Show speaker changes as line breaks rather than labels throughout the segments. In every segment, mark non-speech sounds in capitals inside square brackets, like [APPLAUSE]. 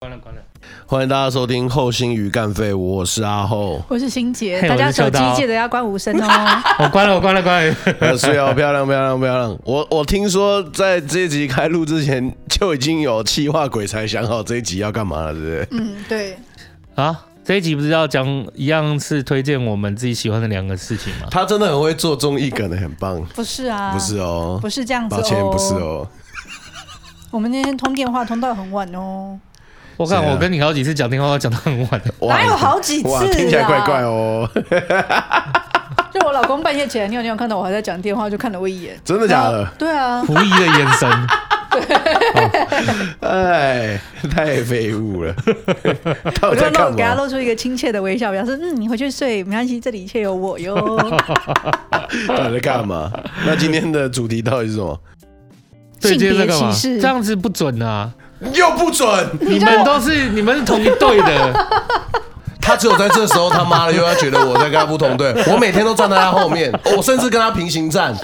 关了关了，
欢迎大家收听《后心与干废》，我是阿后，
我是欣杰
嘿，
大家
我是秋
手机
刀
记得要关无声
[LAUGHS]
哦。
我关了我关了关了，
我是哦，漂亮漂亮漂亮。我我听说在这一集开录之前就已经有气化鬼才想好这一集要干嘛了，对不对？
嗯，对，
[LAUGHS] 啊，这一集不是要讲一样是推荐我们自己喜欢的两个事情吗？
他真的很会做综艺梗的，很棒。
不是啊，
不是，哦，
不是这样子哦。
抱歉，不是。哦。
我们那天通电话通到很晚哦，
我看
谁啊
我跟你好几次讲电话讲到很晚， [LAUGHS]
哇
哪有好几次啊
哇，听起来怪怪哦。 [LAUGHS]
就我老公半夜起来尿尿，看到我还在讲电话，就看了我一眼。
真的假
然后
的？
对啊，
狐疑的眼神。
哎，太废物了，到
我
底
就
在
露
干
给他
嘛？
露出一个亲切的微笑，表示嗯，你回去睡，没关系，这里一切有我哟。
[LAUGHS] 到底在干嘛？那今天的主题到底是什么？
[LAUGHS] 对，
性
今天在
别
干嘛
歧？视，
这样子不准啊！
又不准。
你们都是你们是同一队
[LAUGHS]
的，
他只有在这时候，他妈的又要觉得我在跟他不同队。我每天都站在他
[LAUGHS]
后面，我甚至跟他平行站，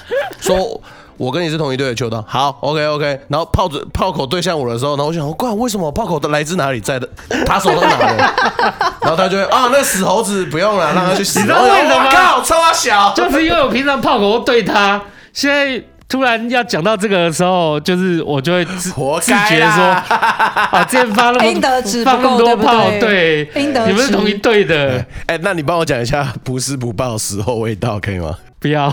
说我跟你是同一队的秋刀。好，OK OK。然后炮嘴炮口对向我的时候，然后我想，怪为什么炮口的来自哪里，在的他手上拿的。
[LAUGHS]
然后他就会啊，那死猴子不用了，让他去死。哎
你知道为什么吗
我靠，超他小，
就是因为我平常炮口都对他，现在突然要讲到这个的时候，就是我就会自
活
自
该
觉
啦
[LAUGHS]
说啊，之前发那
应得值
么
不
放那么
够
多
对不
炮，对
对，应得
你们是
值
同一队的，
哎、那你帮我讲一下不是不报，时候未到，可以吗？
不要。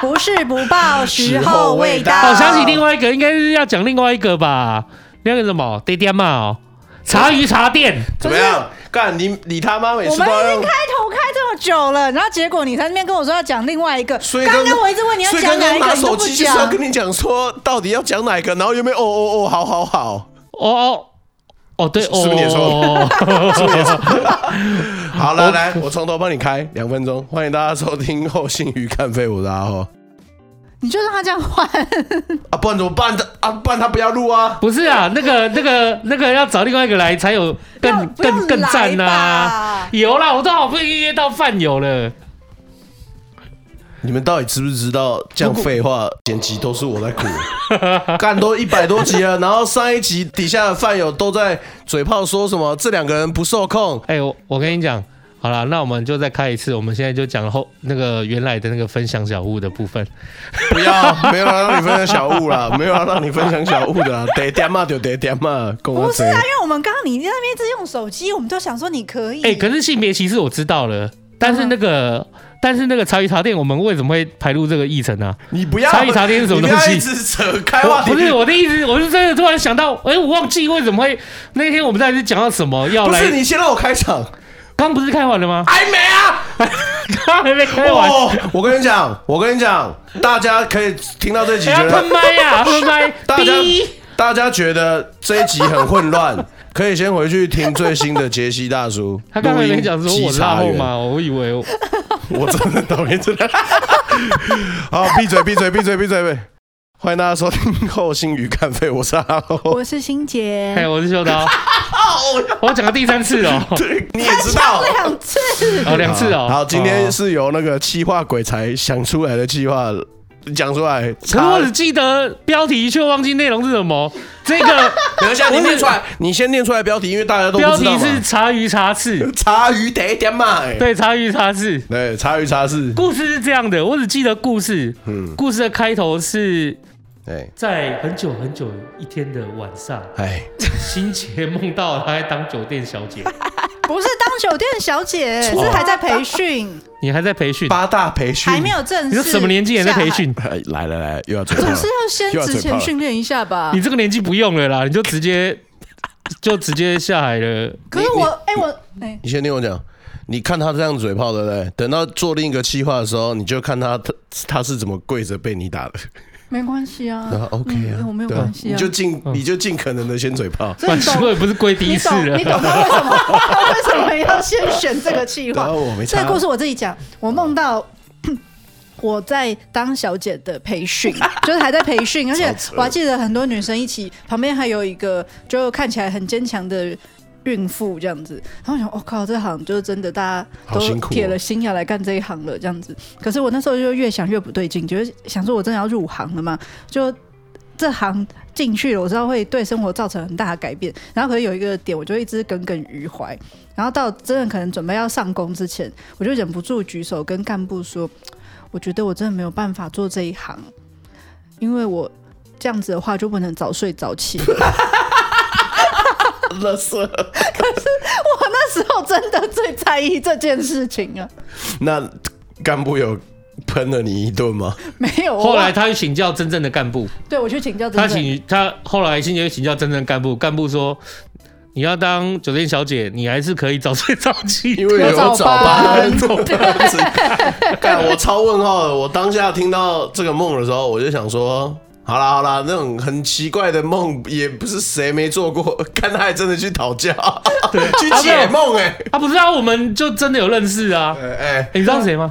不是不报，时
时候
候
未
未
到
到。
哦，想起另外一个，应该是要讲另外一个吧？那个什么，爹爹嘛哦，茶余茶店，
怎么样？干你你他妈每
我
次
们
都
已
要
经
用
开。头开这么久了，然后结果你在那边跟我说要讲另外一个，
所以
刚刚我一直问你要
所以
讲
刚
哪
刚
一个，
拿
你都
手
不
机就是要
讲。
跟你讲说到底要讲哪一个，然后有没有哦哦哦，好好
[LAUGHS]
好，
哦哦哦，对，
是
哦
是不是你的错
哦，
[LAUGHS] 好了，来我从头帮你开两分钟，欢迎大家收听《后信鱼看飞》，我是阿浩
你就让他这
[LAUGHS]
样换，
啊，不然怎么办？他啊，不然他不要录啊。
[LAUGHS] 不是啊，那个那个那个要找另外一个来才有
要
更
不要
更更
来
赞呐！
吧！
有啦，我都好不容易约到饭友了，
你们到底知不知道这样废话剪辑都是我在苦， [LAUGHS] 干都一百多集了，然后上一集底下的饭友都在嘴炮说什么这两个人不受控，
哎、我我跟你讲。好啦，那我们就再开一次。我们现在就讲后那个原来的那个分享小物的部分。
不要，没有要让你分享小物啦，没有要让你分享小物的啦，得点嘛就得点嘛，跟我
不是啊，
谁
因？为我们刚刚你在那边一直用手机，我们都想说你嗯可以。
哎、可是性别歧视我知道了，但是那个、但是那个茶余茶店，我们为什么会排入这个议程呢、啊
你不要
茶余茶店是什么东西
你不要一直扯开
我
话题。
不是我的意思，我是真的突然想到，哎、我忘记为什么会那天我们到底是讲到什么要
不
来
是，？你先让我开场，
刚不是开完了吗？
还没啊！
[LAUGHS] 刚还没开完，
哦，我跟你讲，我跟你讲，大家可以听到这集
哎
觉
要喷
得，
麦
[LAUGHS]
呀，喷麦！
大家
哔
大家觉得这一集很
[LAUGHS]
混乱，可以先回去听最新的杰西大叔。
他刚才
录音
没讲说我
稽
拉
查
后
员？
嘛，我以为我
[LAUGHS] 我真的 [LAUGHS] 讨厌这个。好，闭嘴，闭嘴，闭嘴，闭嘴，闭嘴。欢迎大家收听《后心与干肺》，我是阿欧。
我是欣
哎
[LAUGHS]
杰，
我是秀刀，我讲了第三次哦，
对，你也知道。
两次
哦两次哦。
啊好，今
哦
天是由那个气化鬼才想出来的气化讲出来。
可是我只记得标题，却忘记内容是什么。这
[LAUGHS]
个
等一下，你念出来，你先念出来标题，因为大家都不
标
知道
题
嘛
是“茶余茶事
茶余得一点嘛。”，
对，茶余茶事。
对，茶余茶事。
故事是这样的，我只记得故事。
嗯，
故事的开头是
哎
在很久很久一天的晚上，
哎，
心杰梦到她在当酒店小
[LAUGHS]
姐，
不是当酒店小姐，
哎
是还在培训，
你还在培训？
八大培训
还没。有正
你
式。
说什么年纪还在培？训？
哎来来来，又要嘴炮
总
了
是。要先
又要
职
嘴炮
前
了
训练一下吧
你。这个年纪不用了啦，你就直
[LAUGHS]
接就直接下海了。
可是我，哎我，哎
你先听我讲，你看他这样嘴炮，对不对？等到做另一个气话的时候，你就看他他他是怎么跪着被你打的。
没关系啊
然后 OK 啊
嗯，我没有
对啊
关系啊
你就尽你就尽可能的先嘴炮。
所以你懂
我也不是跪第一
你
次
懂，
了
你。懂他为什么 [LAUGHS] 他为什么要先选这个计
然
划
啊后？我没
这
差
个。故事我自己讲，我梦到 [CLEARS THROAT] 我在当小姐的
[LAUGHS]
培训，就是还在培训，而且我还记得很多女生一起，旁边还有一个就看起来很坚强的。孕妇这样子，然后我想，我、靠，这行就是真的，大家
好
都
辛苦哦
铁了心要来干这一行了，这样子。可是我那时候就越想越不对劲，觉得想说我真的要入行了嘛，就这行进去了，我知道会对生活造成很大的改变。然后可是有一个点，我就一直耿耿于怀。然后到真的可能准备要上工之前，我就忍不住举手跟干部说，我觉得我真的没有办法做这一行，因为我这样子的话就不能早睡早起。
[LAUGHS] 乐色。
我那时候真的最在意这件事情啊，
那干部有喷了你一顿吗？
没有。
后来他去请教真正的干部，
对我去请教真
他
正，
请他后来星姐请教真正的干部，干部说你要当酒店小姐，你还是可以早睡早起。
[LAUGHS]
因为有
早
早
班
班， [LAUGHS] 早班子。干，我超问号的。我当下听到这个梦的时候，我就想说。好啦好啦，那种很奇怪的梦也不是谁没做过，看他还真的去讨教，去解梦哎、
啊，不是啊，我们就真的有认识啊。
哎哎，
你知道谁吗？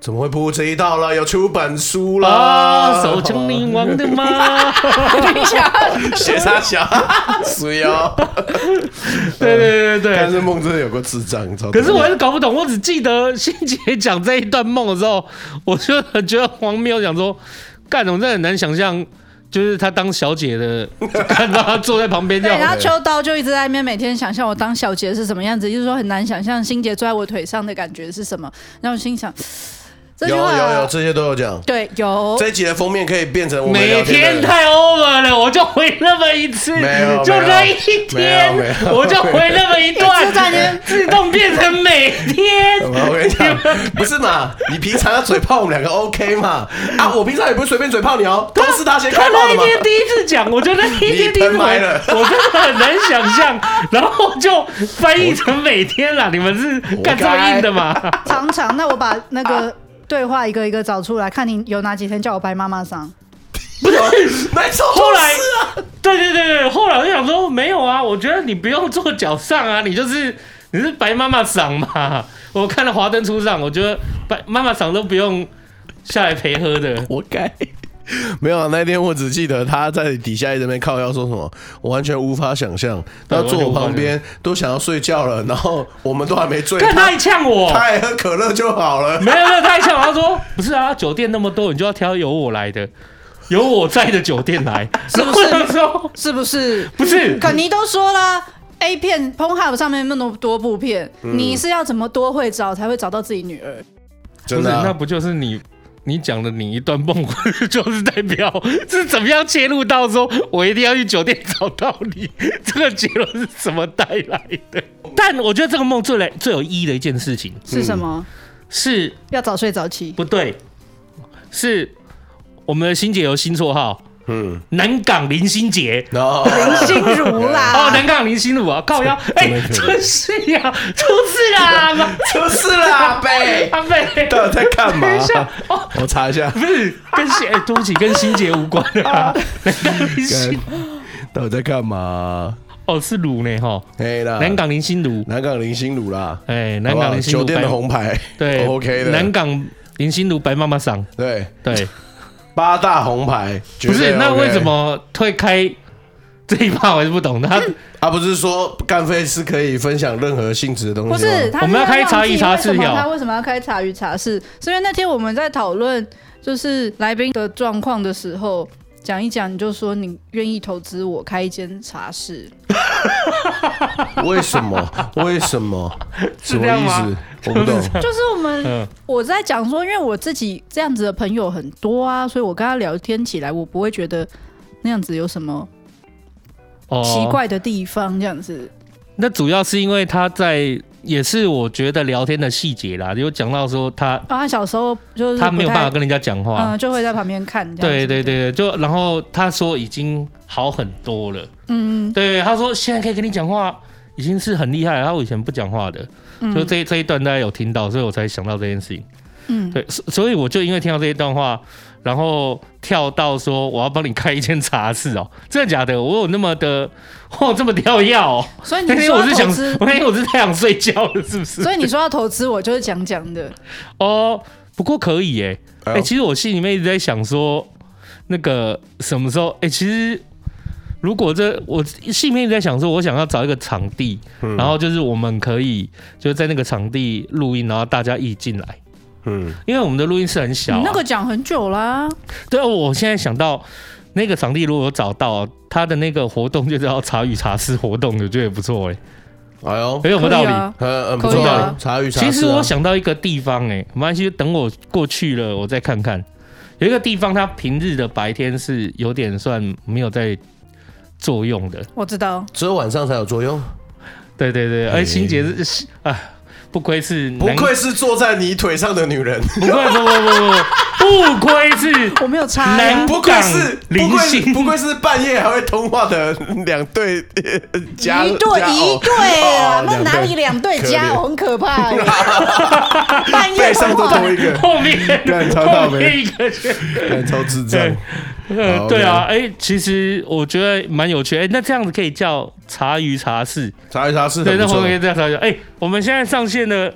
怎么会不知道了？有出本书啦，
啊，手枪你王的吗？
[LAUGHS] 写啥小， [LAUGHS] 水哦。
[LAUGHS] 对对对对对。
但是梦真的有个智障，超
可是我还是搞不懂，我只记得欣姐讲这一段梦的时候，我就很觉得荒谬，想说，干，我真的很难想象，就是她当小姐的，看到她坐在旁边这
对，然
样，
后秋刀就一直在那边每天想象我当小姐是什么样子，就是说很难想象欣姐坐在我腿上的感觉是什么。然后我心想，这句
有
话
有有，这些都有讲。
对有
这一集的封面可以变成我们
哦每
聊
天
的
太 over 了，我就回那么一次，
没有
就
没有
那一天
没有没，有哎
我就回那么
[LAUGHS]
一段，
一直在那边
自动变成每天。
我跟你讲，不是嘛？你平常要嘴炮我们两个 OK 嘛？啊，我平常也不是随便嘴炮你哦，都是他 [LAUGHS] 先
他
开炮
啊那
的
一
嘛。
天第一次讲，我觉得那一天第一次
你喷
我
麦了
我真的很难想象，然后我就翻译成每天啦。你们是干这么硬的吗？
啊常常。那我把那
啊
个对话一个一个找出来，看你有哪几天叫我白妈妈桑。
[LAUGHS]
不是，没错，
后来
是啊，
对对对对，后来我就想说没有啊，我觉得你不用做脚上啊，你就是你是白妈妈赏嘛。我看了《华灯初上》，我觉得白妈妈赏都不用下来陪喝的。
活该。没有啊，那天我只记得他在底下一直在那边靠腰说什么，我完全无法想象。
对
他坐我旁边都想要睡觉了，然后我们都还没醉，
看他
他
一呛我，
他还喝可乐就好了。
没有没有，他一呛我，他说不是啊，酒店那么多，你就要挑有我来的，有我在的酒店来。
是不是
然后我就说
是不是？
不是
嗯
肯尼都说啦 A 片 p o n h u b 上面那么多部片，
嗯
你是要怎么多会找才会找到自己女儿？
真
不
的
是，
啊、
那不就是你你讲的你一段梦， [LAUGHS] 就是代表是怎么样切入到说我一定要去酒店找到你，这个结论是怎么带来的？但我觉得这个梦最来最有意义的一件事情
是什么？
嗯
是
要早睡早起。
不对，是我们的欣姐有新绰号，
嗯，
南港林心杰。
然后 [LAUGHS]
林 [LAUGHS] 心如
哦，
啦，
南港林心如啊，靠腰，哎、
真的可以
就是呀、就是
[LAUGHS]
啦，妈
出事了，
[LAUGHS]
阿贝，
阿贝，
到底在干嘛
等一下，哦，
我查一下
不，是跟欣，哎、对不起，跟欣姐无关
[LAUGHS]
的啊。南港林心，
到底在干嘛？
[LAUGHS] 哦，是乳呢哈，
哎啦，
南港林心乳，
南港林心如啦，
哎，南港林心
好不好酒
乳
店
白
的红牌， [LAUGHS]
对
OK 的，
南港林心如白妈妈赏，
对 [LAUGHS]
对，
八大红牌，绝
不
对
是
OK
那为什么退开这一趴我还是不懂，
[LAUGHS]
他
啊？不是说干飞是可以分享任何性质的东西吗
不是，他
我们要开茶余茶室
是
哟
要忘记为什么他为什么要开茶余茶室？是因为那天我们在讨论就是来宾的状况的时候，讲一讲，你就说你愿意投资我开一间茶室，
为什么？为
[LAUGHS]
什么？什
是
么
这样
意
吗
思？我
[LAUGHS]
不懂。
就是我们
嗯，
我在讲说，因为我自己这样子的朋友很多啊，所以我跟他聊天起来，我不会觉得那样子有什么
哦
奇。怪的地方，这样子。
那主要是因为他在，也是我觉得聊天的细节啦，有讲到说他
啊然后他小时候就是
他没有
不太
办法跟人家讲话
嗯，，就会在旁边看这样
对
子。
对对对，就然后他说已经好很多了，嗯，对，他说现在可以跟你讲话，已经是很厉害了。他我以前不讲话的，就这一这一段大家有听到，所以我才想到这件事情。
嗯
对，所所以我就因为听到这一段话，然后跳到说我要帮你开一间茶室哦， [LAUGHS] 真的假的？我有那么的，我有这么跳跃哦？
所 [LAUGHS] 以你
那天
说
我
要
是想
投资， [LAUGHS]
我那天我是太想睡觉了，是不是？
所以你说要投资，我就是讲讲的。
哦，不过可以哎、哎、
哎呦
其实我心里面一直在想说，那个什么时候？哎、其实如果这我心里面一直在想说，我想要找一个场地，
嗯
然后就是我们可以就在那个场地录音，然后大家一起进来，
嗯，
因为我们的录音室很小、啊。
你那个讲很久啦、
对啊，我现在想到那个场地，如果有找到他的那个活动，就是要茶与茶室活动，我觉得也不错哎、
哎呦，
很有没有
可
道
以
理？
啊
嗯嗯，不
可
错
以啊
啊，茶余茶事啊
其实我，想到一个地方、哎，没关系，等我过去了，我再看看。有一个地方，它平日的白天是有点算没有在作用的。
我知道，
只有晚上才有作用，
对对对，而欣姐是是啊，不愧是
不
男，
愧是坐在你腿上的女
[LAUGHS]
人，
不愧不不不不，不愧是
我没
[LAUGHS]
有差、啊
难。
不愧是不
零星
愧不愧是半夜还会通话的两对呃家
一对
家
一
偶
对啊，
哦
那哪里两对家
可
偶很可怕欸、
[LAUGHS]
半夜
背上都
通
同
话
一个，
后面
[LAUGHS] 干超倒
后面
霉，
一个是
干超智障，
呃，
好
对啊，哎、其实我觉得蛮有趣。哎、那这样子可以叫茶余茶室，
查一查是
对，
很
那
不
我
错
们可以
的。
这样查一下。哎、我们现在上线的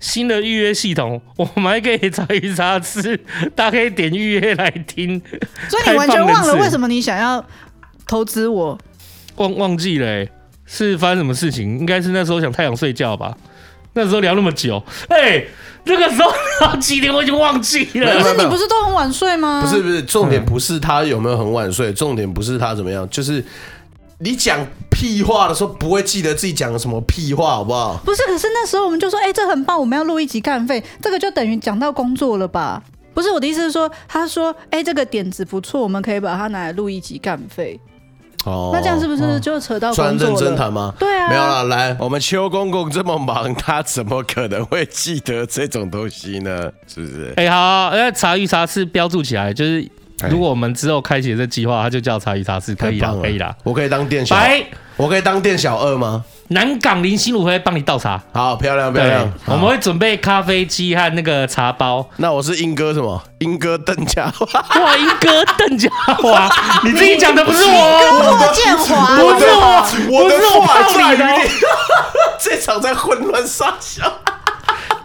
新的预约系统，我们还可以查一查吃，大家可以点预约来听。
所以你完全忘了为什
么
么你想要投资我？
忘忘记了、哎是发生什么事情？应该是那时候想太阳睡觉吧。那时候聊那么久，哎、那个时候聊几点我已经忘记
没
了
可
有。
是你不是都很晚睡吗？
不是不是，重点不是他有没有很晚睡，重点不是他怎么样，就是你讲屁话的时候不会记得自己讲了什么屁话，好不好？
不是，可是那时候我们就说，哎、这很棒，我们要录一集干费，这个就等于讲到工作了吧？不是我的意思是说，他说，哎、这个点子不错，我们可以把它拿来录一集干费，
哦
那这样是不是就扯到
算
工作
哦认
了？
真谈吗？
对啊，
没有啦，来，我们邱公公这么忙，他怎么可能会记得这种东西呢？是不是？
哎、好，那茶余茶室标注起来，就是
哎
如果我们之后开启这计划，它就叫茶余茶室，可以
太
啦
棒，了
可以啦。
我可以当店小，
来，
我可以当店小二吗？
南港林心如会帮你倒茶，
好，漂亮漂
对
亮，，
我
好
们会准备咖啡机和那个茶包。
那我是英哥什么？英哥邓家华，
哇，英哥邓家华， [LAUGHS] 你自己讲的不是
跟
我，
霍建华，
不是我，
我
不
的
是我
话
泡
在
你的
于
哦，
你，这场在混乱傻笑。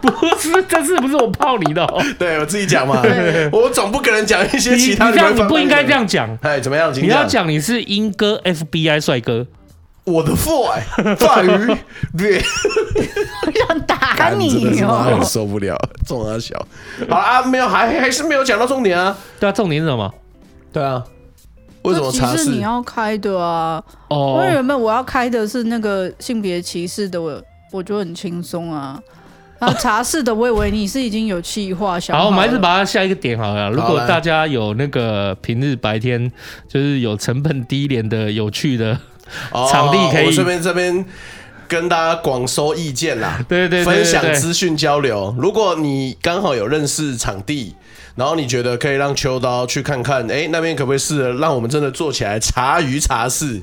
[LAUGHS] 不是，这次不是我泡你的 [LAUGHS] 哦。
对我自己讲嘛，我总不可能讲一
你
些
你
其
这
他
样
人
你不应该这。样讲，
哎，怎么样？请
你要讲你是英哥 FBI 帅哥，
我的哎 boy 在于
[LAUGHS]
你。
想打
真的
你
是妈
哦
的！受不了，中啊小，好啊，没有，还还是没有讲到重点啊。
对啊，重点是什么？
对啊，为什么
其
茶
实
室
你？要开的啊，
哦
我，原本我要开的是那个性别歧视的，我我觉得很轻松啊。然后茶室的，我以为你是已经有气化想
好，我们还
了
是把它下一个点好了。如
好
果
来
大家有那个平日白天就是有成本低廉的有趣的，
哦
场地可以，
我这边这边跟大家广收意见啦
[LAUGHS] 对对对对
分享
对
资讯交流。如果你刚好有认识场地，然后你觉得可以让秋刀去看看，哎，那边可不可以试着让我们真的做起来茶余茶室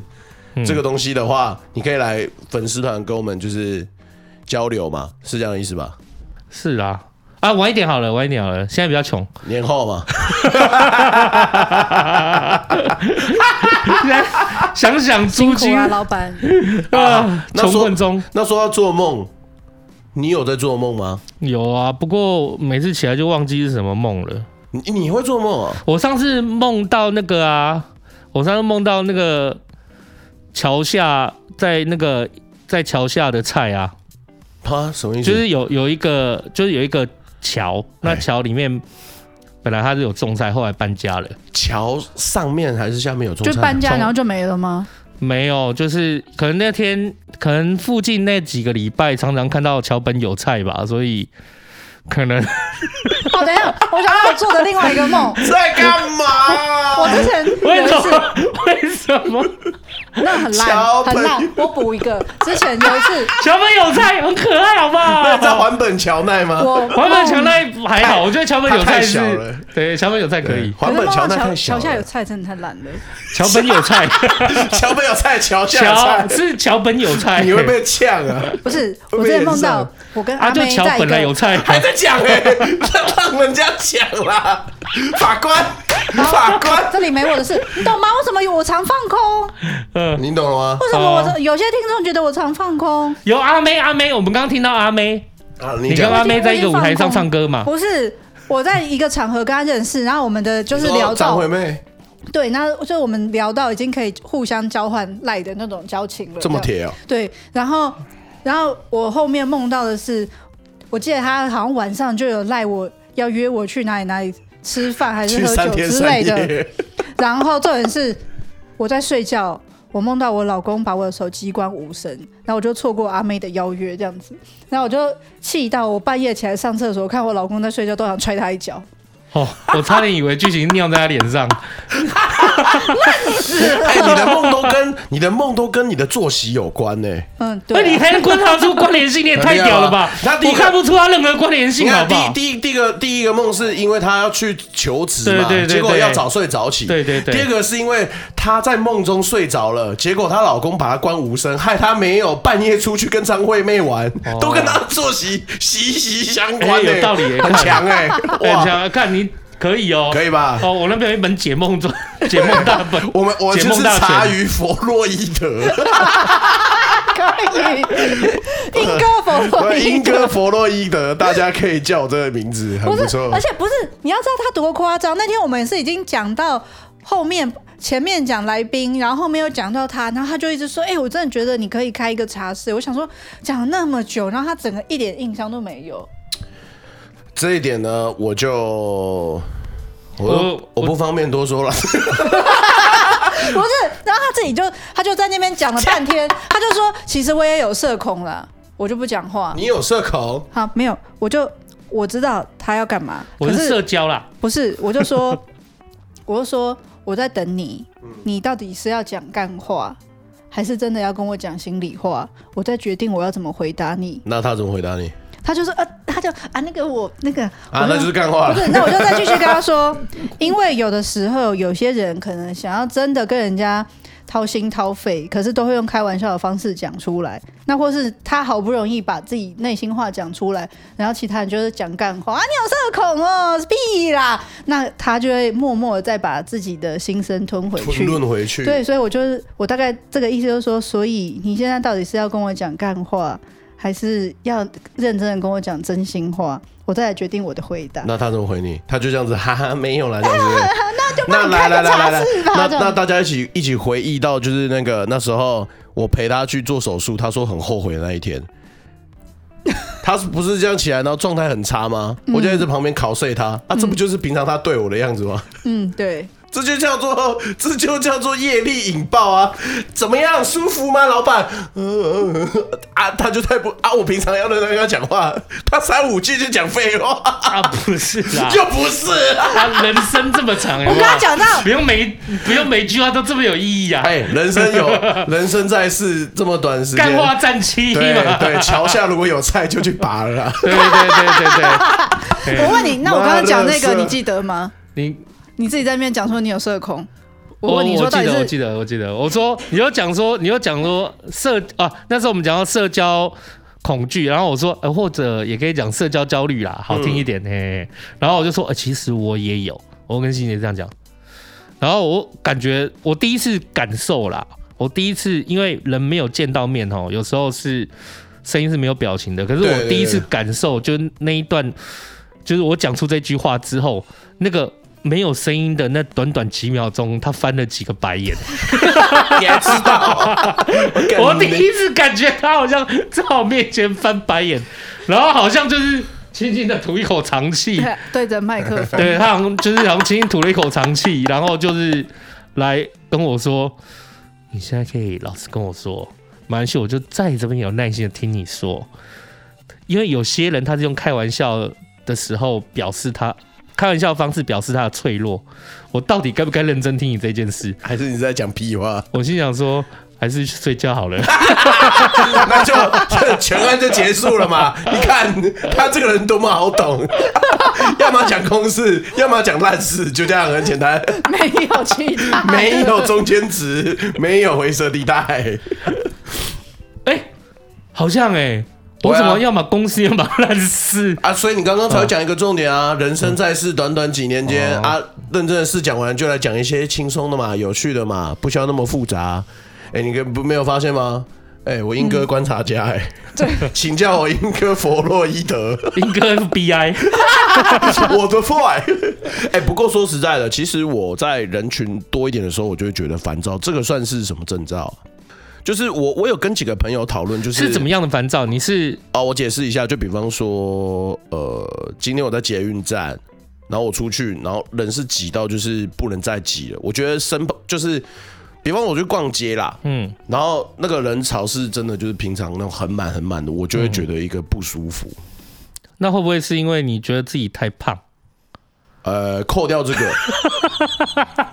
嗯
这个东西的话，你可以来粉丝团跟我们就是交流嘛，是这样的意思吧？
是啦。啊，晚一点好了，晚一点好了，现在比较 [LAUGHS] 穷。
年后嘛，
想想租
辛苦
金
啊，老板。
啊，
那
穷
说
困中
那说到做梦，你有在做梦吗？
有啊，不过每次起来就忘记是什么梦了。
你你会做梦啊？
我上次梦到那个啊，我上次梦到那个桥下，在那个在桥下的菜啊，
啊，什么意思？
就是有有一个就是有一个桥，那
哎
桥里面本来它是有种菜，后来搬家了。
桥上面还是下面有中
就
餐？
搬家
从
然后就没了吗？
没有，就是可能那天，可能附近那几个礼拜常常看到桥本有菜吧，所以可能 [LAUGHS]
哦，等一下，我想到我做的另外一个梦。
[LAUGHS] 在干嘛？
我之前有
为
一
什
次，
么为什么
那很
小
烂，
朋
很
友
烂。我补一个，之前有一
[LAUGHS]
次，
桥本有菜很可爱，好不
[LAUGHS] 那在
好？
还本桥奈吗？
我
桥本桥奈啊还好，我觉得桥本有菜
它太小
是
了，
对，桥本有菜可以，
还本
桥
桥奈太
桥
小
下有
了。
菜真的太烂了，
桥本有
[LAUGHS]
菜，
桥本有菜，桥下有
桥
菜，
是桥本有菜，
你会被呛啊！ [LAUGHS]
不是，
会
我
被
之前
延
梦
上
到我跟
啊，
阿
就
妹
桥
在一
本来有
个，
菜，
还在讲哎，让让人家讲啦，法官，法官，
这里没我
[LAUGHS]
的事，你懂吗？为什么我常放空？
[LAUGHS] 嗯，
你懂了吗？
为什么
哦
我有些听众觉得我常放空？
有阿妹阿妹，我们刚刚听到阿妹，
啊，
你
你
跟
讲
阿妹在一个舞台上唱歌嘛，
不是，我在一个场合跟他认识，然后我们的就是聊
张
到
惠妹
对，那就我们聊到已经可以互相交换赖的那种交情了，
这么
样
铁啊，
对，然后然后我后面梦到的是，我记得他好像晚上就有赖我要约我去哪里哪里吃饭还是
去
喝
三
酒
天
之
三
类的。 [LAUGHS]
夜，
然后重点是我在睡觉，我梦到我老公把我的手机关无声，然后我就错过阿妹的邀约这样子，然后我就气到我半夜起来上厕所，看我老公在睡觉，都想踹他一脚。
[LAUGHS]
哦，我差点以为剧情尿在他脸上。
哎，你的梦都跟你的梦都跟你的作息有关欸呢。
嗯，
那你
对啊、
还能观察出关联性，你也太屌了吧！
那第一
我
个
看不出他任何关联
你
性，好
看，
不
第
好？
第一第一个第一个梦是因为他要去求职嘛，
对对对
结果
对
要早睡早起。
对对对
第二个是因为她在梦中睡着了，结果她老公把她关无声，害她没有半夜出去跟张惠妹玩，
哦
都跟她的作息息息相
哎
关、欸
有道理欸
很
[LAUGHS]
强哎、
哎
哇，
想看你可以哦，
可以吧？
哦，我那边有一本解梦
[LAUGHS]
中解梦大本，
我们我
解
就
梦
是
大
茶
全
余弗洛伊
[LAUGHS]
德，
可 [LAUGHS] 以，英歌否否
英哥弗洛伊德，大家可以叫我这个名字，很
不
不
是，
错
而。且不是，你要知道他多夸张。那天我们也是已经讲到后面，前面讲来宾，然后后面又讲到他，然后他就一直说：“哎、我真的觉得你可以开一个茶室。”我想说，讲那么久，然后他整个一点印象都没有。
这一点呢，我就我
我
我不方便多说了。
不是，然后他自己就他就在那边讲了半
[LAUGHS]
天，他就说：“其实我也有社恐啦，我就不讲话。
你有社恐？”
好，没有，我就我知道他要干嘛，
我
可
是社交啦，
不是，我
[LAUGHS]
就说，我就说我在等你，
嗯
你到底是要讲干话，还是真的要跟我讲心里话？我在决定我要怎么回答你。
那他怎么回答你？
他就说，呃，他就啊，那个我那个
啊，
我
那就是干话
不
了。
是，那我就再继续跟他说，因为有的时候有些人可能想要真的跟人家掏心掏肺，可是都会用开玩笑的方式讲出来。那或是他好不容易把自己内心话讲出来，然后其他人就是讲干话啊，你有社恐哦，屁啦！那他就会默默的再把自己的心声吞回
吞
去。
论回去，
对，所以我就是我大概这个意思就是说，所以你现在到底是要跟我讲干话，还是要认真的跟我讲真心话？我再来决定我的回答。
那他怎么回你？他就这样子，哈哈，没有啦，这样子。
[LAUGHS] 那就
那
帮你开
来来
个
来来
茶
来
室，吧。
那
这
那
样
大家一起一起回忆到，就是那个那时候我陪他去做手术，他说很后悔的那一
[LAUGHS]
天。他是不是这样起来，然后状态很差吗？
嗯
我就在这旁边拷睡他，啊，这不就是平常他对我的样子吗？
嗯，对，
这就叫做 [LAUGHS] 这就叫做业力引爆啊！怎么样，舒服吗，老板？呃啊，他就太不啊，我平常要认真跟他讲话，他三五句就讲废话，
啊，不是啦，
[LAUGHS] 就不是。啊
他人生这么长，我
我刚刚讲到
不用每不用每句话都这么有意义啊，
哎，人生 [LAUGHS] 有人生在世这么短时
干
间，
话占七嘛，
对对，桥下如果有菜就去拔了啊。
[LAUGHS] 对对对对对，
我问你，那我刚刚讲那
妈
个
的
你记得吗？
你
你自己在那边讲说你有社恐，我
哦我
问你说
记
到底
得，我
是
记得，我记得，我说你又讲说，你又讲说社啊，那时候我们讲到社交恐惧，然后我说，呃，或者也可以讲社交焦虑啦，
嗯
好听一点嘿嘿然后我就说，呃，其实我也有，我跟欣姐这样讲。然后我感觉我第一次感受啦，我第一次因为人没有见到面哦，有时候是声音是没有表情的，可是
对对
我第一次
对
感受就是那一段，就是我讲出这句话之后，那个没有声音的那短短几秒钟，他翻了几个白眼。
[LAUGHS] 你还知 [LAUGHS] 道？
我
干
第
你
一次感觉他好像在我面前翻白眼，然后好像就是轻轻的吐一口长气，
对对着麦克风， [LAUGHS]
对他好像就是好像轻轻吐了一口长气，然后就是来跟我说，你现在可以老实跟我说，马来西亚我就在这边有耐心的听你说，因为有些人他是用开玩笑的时候表示他开玩笑的方式表示他的脆弱，我到底该不该认真听你这件事？
还是你在讲屁话？
我心想说，还是去睡觉好了。
[LAUGHS] 那就这全案就结束了嘛？你看他这个人多么好懂， [LAUGHS] 要么讲公事，要么讲烂事，就这样很简单，
没有其他，
没有中间值，没有灰色地带。
[LAUGHS] 哎、好像哎、我
对啊
怎么要么公司要么烂 [LAUGHS] 事？
啊，所以你刚刚才讲一个重点啊，人生在世短短几年间、
哦
啊，认真的事讲完就来讲一些轻松的嘛，有趣的嘛，不需要那么复杂。哎、你跟不没有发现吗？哎、我英哥观察家哎、对，请叫我英哥弗洛伊德。
英哥 FBI，
[LAUGHS] 我的 fly。哎，不过说实在的，其实我在人群多一点的时候，我就会觉得烦躁。这个算是什么征兆？啊就是我，我有跟几个朋友讨论，就是
是怎么样的烦躁？你是
哦，我解释一下，就比方说，呃，今天我在捷运站，然后我出去，然后人是挤到就是不能再挤了。我觉得身就是，比方我去逛街啦，
嗯，
然后那个人潮是真的就是平常那种很满很满的，我就会觉得一个不舒服。
那会不会是因为你觉得自己太胖？
呃，扣掉这个， [LAUGHS]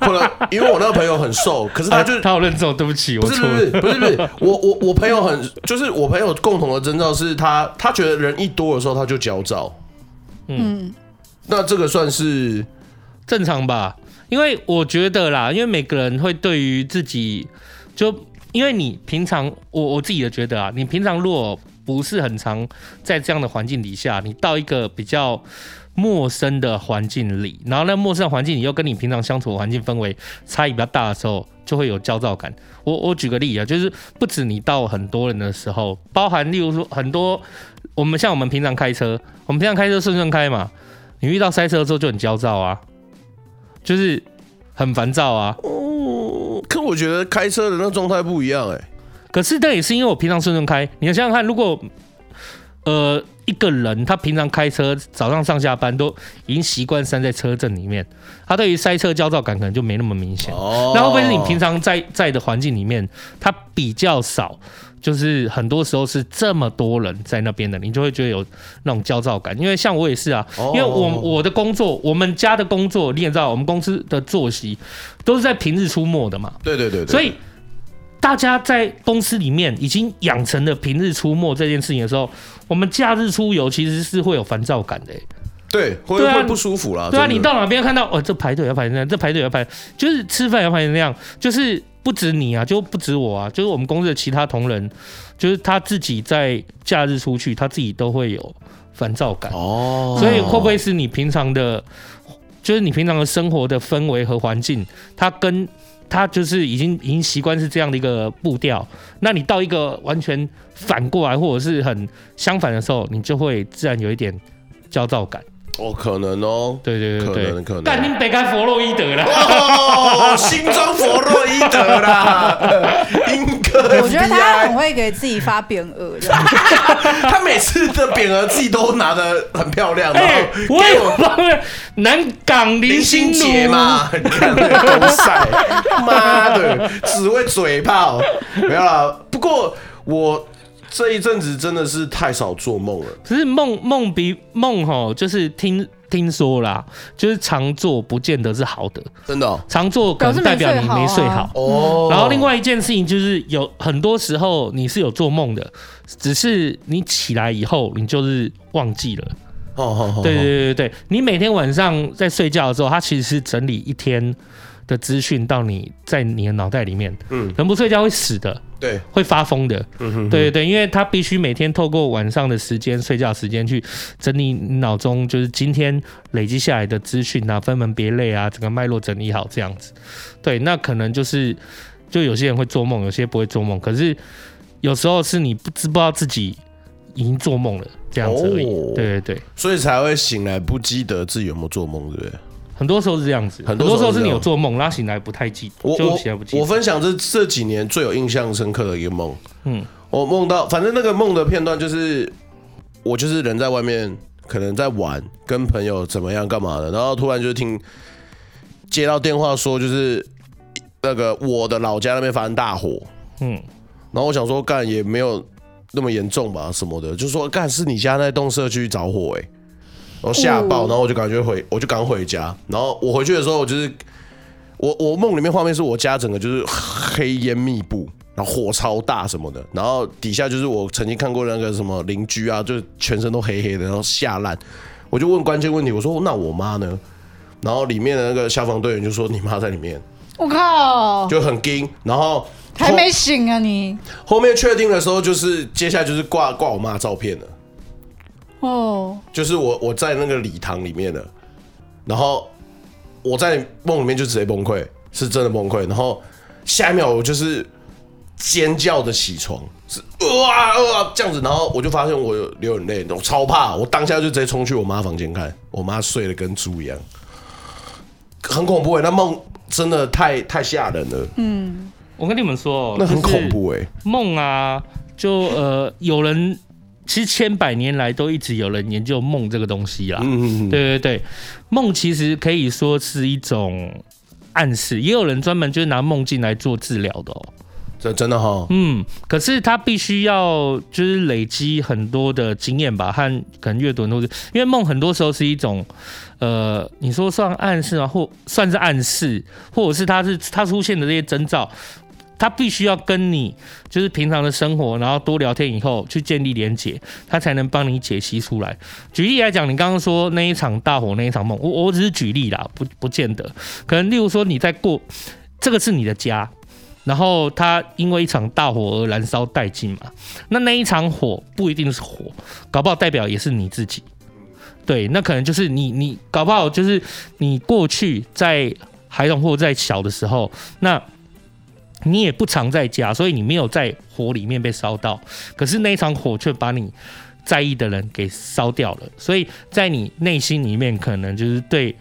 可能因为我那个朋友很瘦，可是他就
啊他好认真哦，对不起，我
不是
错
不是
了。
不是不是，我我我朋友很，就是我朋友共同的征兆是他，他觉得人一多的时候他就焦躁，
嗯，
[LAUGHS]
那这个算是
正常吧？因为我觉得啦，因为每个人会对于自己，就因为你平常，我我自己也觉得啊，你平常如果不是很常在这样的环境底下，你到一个比较陌生的环境里，然后那陌生的环境你又跟你平常相处的环境氛围差异比较大的时候，就会有焦躁感。我我举个例啊，就是不止你到很多人的时候，包含例如说很多我们像我们平常开车，我们平常开车顺顺开嘛，你遇到塞车的时候就很焦躁啊，就是很烦躁啊。
嗯可我觉得开车的那状态不一样哎、
可是那也是因为我平常顺顺开，你想想看，如果呃一个人他平常开车早上上下班都已经习惯塞在车阵里面，他对于塞车焦躁感可能就没那么明显。
哦
那会不会是你平常在在的环境里面，它比较少，就是很多时候是这么多人在那边的，你就会觉得有那种焦躁感。因为像我也是啊，
哦
因为我我的工作，我们家的工作，你也知道，我们公司的作息都是在平日出没的嘛，
对对对对，
所以大家在公司里面已经养成了平日出没这件事情的时候，我们假日出游其实是会有烦躁感的欸、
对会
对啊
会不舒服啦。
对啊，
真的
你到哪边看到哦，这排队要排成那样，这排队要排，就是吃饭要排成那样，就是不止你啊，就不止我啊，就是我们公司的其他同仁，就是他自己在假日出去，他自己都会有烦躁感，
哦，
所以会不会是你平常的，就是你平常的生活的氛围和环境，它跟它就是已经已经习惯是这样的一个步调，那你到一个完全反过来或者是很相反的时候，你就会自然有一点焦躁感，
哦可能 [LAUGHS] 哦，
对对对
可
对。
能可
干
能。
你北干佛洛伊德啦！
哦，心中佛洛伊德啦，英哥，
我觉得他很会给自己发匾额这样。
[LAUGHS] 他每次的匾额自己都拿的很漂亮，
[LAUGHS]
然
哎
后，
我
给
也帮了南港林
林
心
心
如
杰嘛， [LAUGHS] 你看那个公赛，妈的，只会嘴炮，没有啦。不过我这一阵子真的是太少做梦了。
只是梦梦比梦吼，就是听听说啦，就是常做不见得是好的，
真的哦。
常做可能代表你没
表示
睡
没睡
好
好。
哦
然后另外一件事情就是有很多时候你是有做梦的，只是你起来以后你就是忘记了。
好好好，
对对对对对，你每天晚上在睡觉的时候，它其实是整理一天的资讯到你在你的脑袋里面。
嗯
嗯，人不睡觉会死的，
对，
会发疯的。
嗯
对对对，因为他必须每天透过晚上的时间、睡觉时间去整理脑中，就是今天累积下来的资讯啊，分门别类啊，整个脉络整理好这样子。对，那可能就是就有些人会做梦，有些不会做梦，可是有时候是你不知不知道自己已经做梦了这样子而已。
哦
对对对。
所以才会醒来不记得自己有没有做梦，对不对？
很多时候是这样子，
很
很
多
多
时候是
时候是你
这样
有做梦，拉醒来不太记，
我
就起来不记
我我分享这这几年最有印象深刻的一个梦，嗯
嗯，
我梦到，反正那个梦的片段就是我就是人在外面，可能在玩，跟朋友怎么样干嘛的，然后突然就听接到电话说就是那个我的老家那边发生大火，
嗯，
然后我想说干也没有那么严重吧什么的，就说干是你家那栋社区着火哎、欸，然后吓爆，然后我就感觉回我就赶回家，然后我回去的时候我就是我我梦里面画面是我家整个就是黑烟密布，然后火超大什么的，然后底下就是我曾经看过那个什么邻居啊，就是全身都黑黑的，然后吓烂。我就问关键问题，我说那我妈呢？然后里面的那个消防队员就说你妈在里面，
我靠，
就很惊。然后
还没醒啊你！
后面确定的时候，就是接下来就是挂挂我妈照片了，
哦，
就是我我在那个礼堂里面了，然后我在梦里面就直接崩溃，是真的崩溃。然后下一秒我就是尖叫的起床，是哇哇这样子，然后我就发现我有流眼泪，我超怕，我当下就直接冲去我妈房间看，我妈睡得跟猪一样，很恐怖哎、那梦真的太太吓人了，
我跟你们说哦，
那很
就是
恐怖哎、
梦啊，就呃，有人其实千百年来都一直有人研究梦这个东西啊。
嗯嗯嗯，
对对对，梦其实可以说是一种暗示，也有人专门就是拿梦境来做治疗的哦。
这真的哈，
嗯，可是他必须要就是累积很多的经验吧，和可能阅读很多，因为梦很多时候是一种，呃，你说算暗示啊，或算是暗示，或者是它是它出现的这些征兆，它必须要跟你就是平常的生活，然后多聊天以后去建立连结，它才能帮你解析出来。举例来讲，你刚刚说那一场大火那一场梦，我我只是举例啦，不不见得，可能例如说你在过 [LAUGHS] 这个是你的家，然后它因为一场大火而燃烧殆尽嘛。那那一场火不一定是火，搞不好代表也是你自己。对，那可能就是你，你搞不好就是你过去在孩童或在小的时候，那你也不常在家，所以你没有在火里面被烧到。可是那一场火却把你在意的人给烧掉了，所以在你内心里面，可能就是对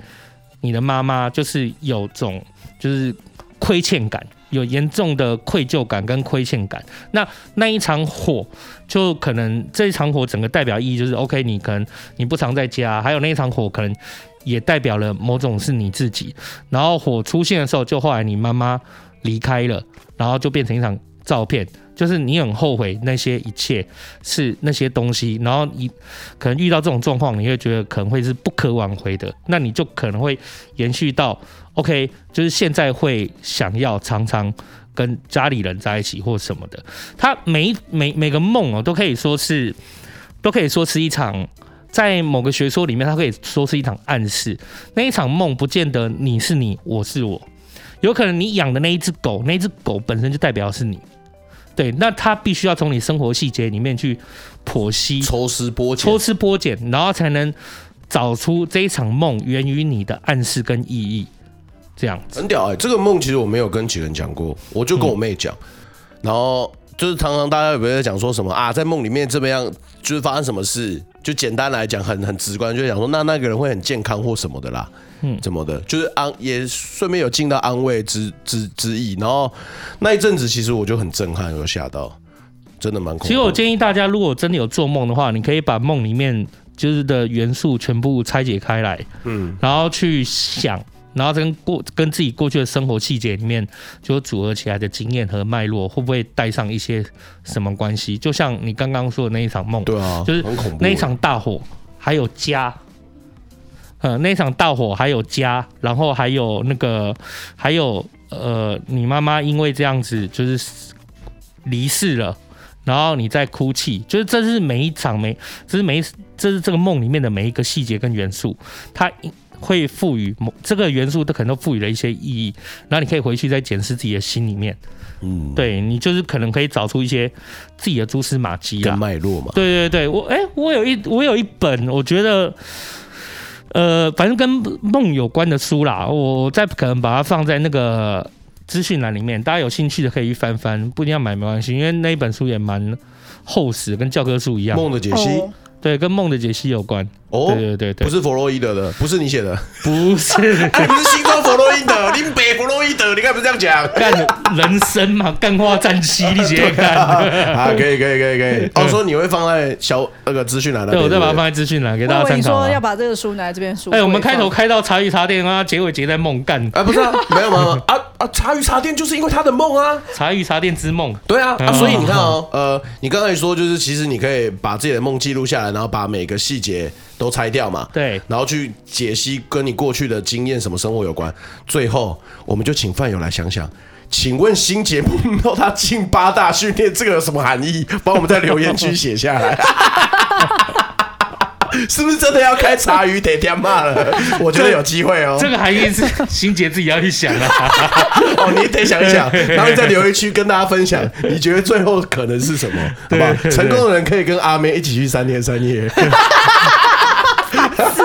你的妈妈就是有种就是亏欠感，有严重的愧疚感跟亏欠感。那那一场火，就可能这一场火整个代表意义就是 OK，你可能你不常在家，还有那一场火可能也代表了某种是你自己。然后火出现的时候，就后来你妈妈离开了，然后就变成一场照片。就是你很后悔那些一切是那些东西，然后你可能遇到这种状况，你会觉得可能会是不可挽回的，那你就可能会延续到 OK，就是现在会想要常常跟家里人在一起或什么的。他每一每每个梦哦，都可以说是，都可以说是一场，在某个学说里面，它可以说是一场暗示。那一场梦，不见得你是你，我是我，有可能你养的那一只狗，那一只狗本身就代表是你。对，那它必须要从你生活细节里面去剖析、
抽丝剥茧啊
抽，丝剥茧，然后才能找出这一场梦源于你的暗示跟意义。这样子，
很屌哎、这个梦其实我没有跟几个人讲过，我就跟我妹讲，然后就是常常大家有没有在讲说什么啊，在梦里面怎么样，就是发生什么事，就简单来讲很很直观，就是讲说那那个人会很健康或什么的啦，嗯，怎么的，就是安也顺便有尽到安慰之之之意，然后那一阵子其实我就很震撼，有吓到，真的蛮恐怖的。
其实我建议大家，如果真的有做梦的话，你可以把梦里面就是的元素全部拆解开来，嗯，然后去想，然后跟过跟自己过去的生活细节里面，就组合起来的经验和脉络，会不会带上一些什么关系？就像你刚刚说的那一场梦，
对啊，
就是
很恐怖
那一
欸
场大火，还有家，呃，那一场大火还有家，然后还有那个，还有呃，你妈妈因为这样子就是离世了，然后你在哭泣，就是这是每一场每，这是每一这是这个梦里面的每一个细节跟元素，它会赋予某这个元素，它可能都赋予了一些意义，然后你可以回去再检视自己的心里面，
嗯，
对你就是可能可以找出一些自己的蛛丝马迹啊啦
跟。脉络嘛，
对对对，我哎、我有一我有一本，我觉得。呃，反正跟梦有关的书啦，我我再可能把它放在那个资讯栏里面，大家有兴趣的可以去翻翻，不一定要买没关系，因为那一本书也蛮厚实，跟教科书一样。
梦的解析
哦
对，跟梦的解析有关。
哦。
啊对对对对，
不是弗洛伊德的，不是你写的，
不是
哎，不是新装弗洛伊德， [LAUGHS] 林北弗洛伊德，你该不是这样讲？
干人生嘛，干话战绩，你直接
[LAUGHS]
干。
[LAUGHS] 啊，可以可以可以可以。哦，说你会放在小那个资讯栏那
对，
边。
我再把它
对不对
放在资讯栏给大
我
家
以为
参
你
考啊
说。要把这个书拿来这边书柜
哎，
放，
我们开头开到茶余茶店啊，结尾结在梦干。
哎，不是啊，没有没有没有啊啊！茶余茶店就是因为他的梦啊，
茶余茶店之梦。
对啊啊！
嗯
所以你看哦，呃，你刚才说就是，其实你可以把自己的梦记录下来，然后把每个细节都拆掉嘛，
对
然后去解析跟你过去的经验、什么生活有关。最后，我们就请范友来想想。请问新节目到他进八大训练，这个有什么含义？帮我们在留言区写下
[LAUGHS]
来。是不是真的要开茶余得天
[LAUGHS]
骂了？我觉得有机会哦。
这个含义是心杰自己要去想啊。
[LAUGHS] 哦，你得想一想，然后在留言区跟大家分享，你觉得最后可能是什么？好吧，成功的人可以跟阿妹一起去三天三夜。 [LAUGHS]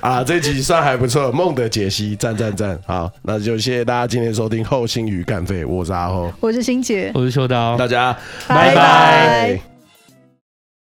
啊，这集算还不错，梦的解析，赞赞赞！好，那就谢谢大家今天收听《后心鱼干废》，我是阿后，
我是欣姐，
我是秋刀，
大家
拜
拜拜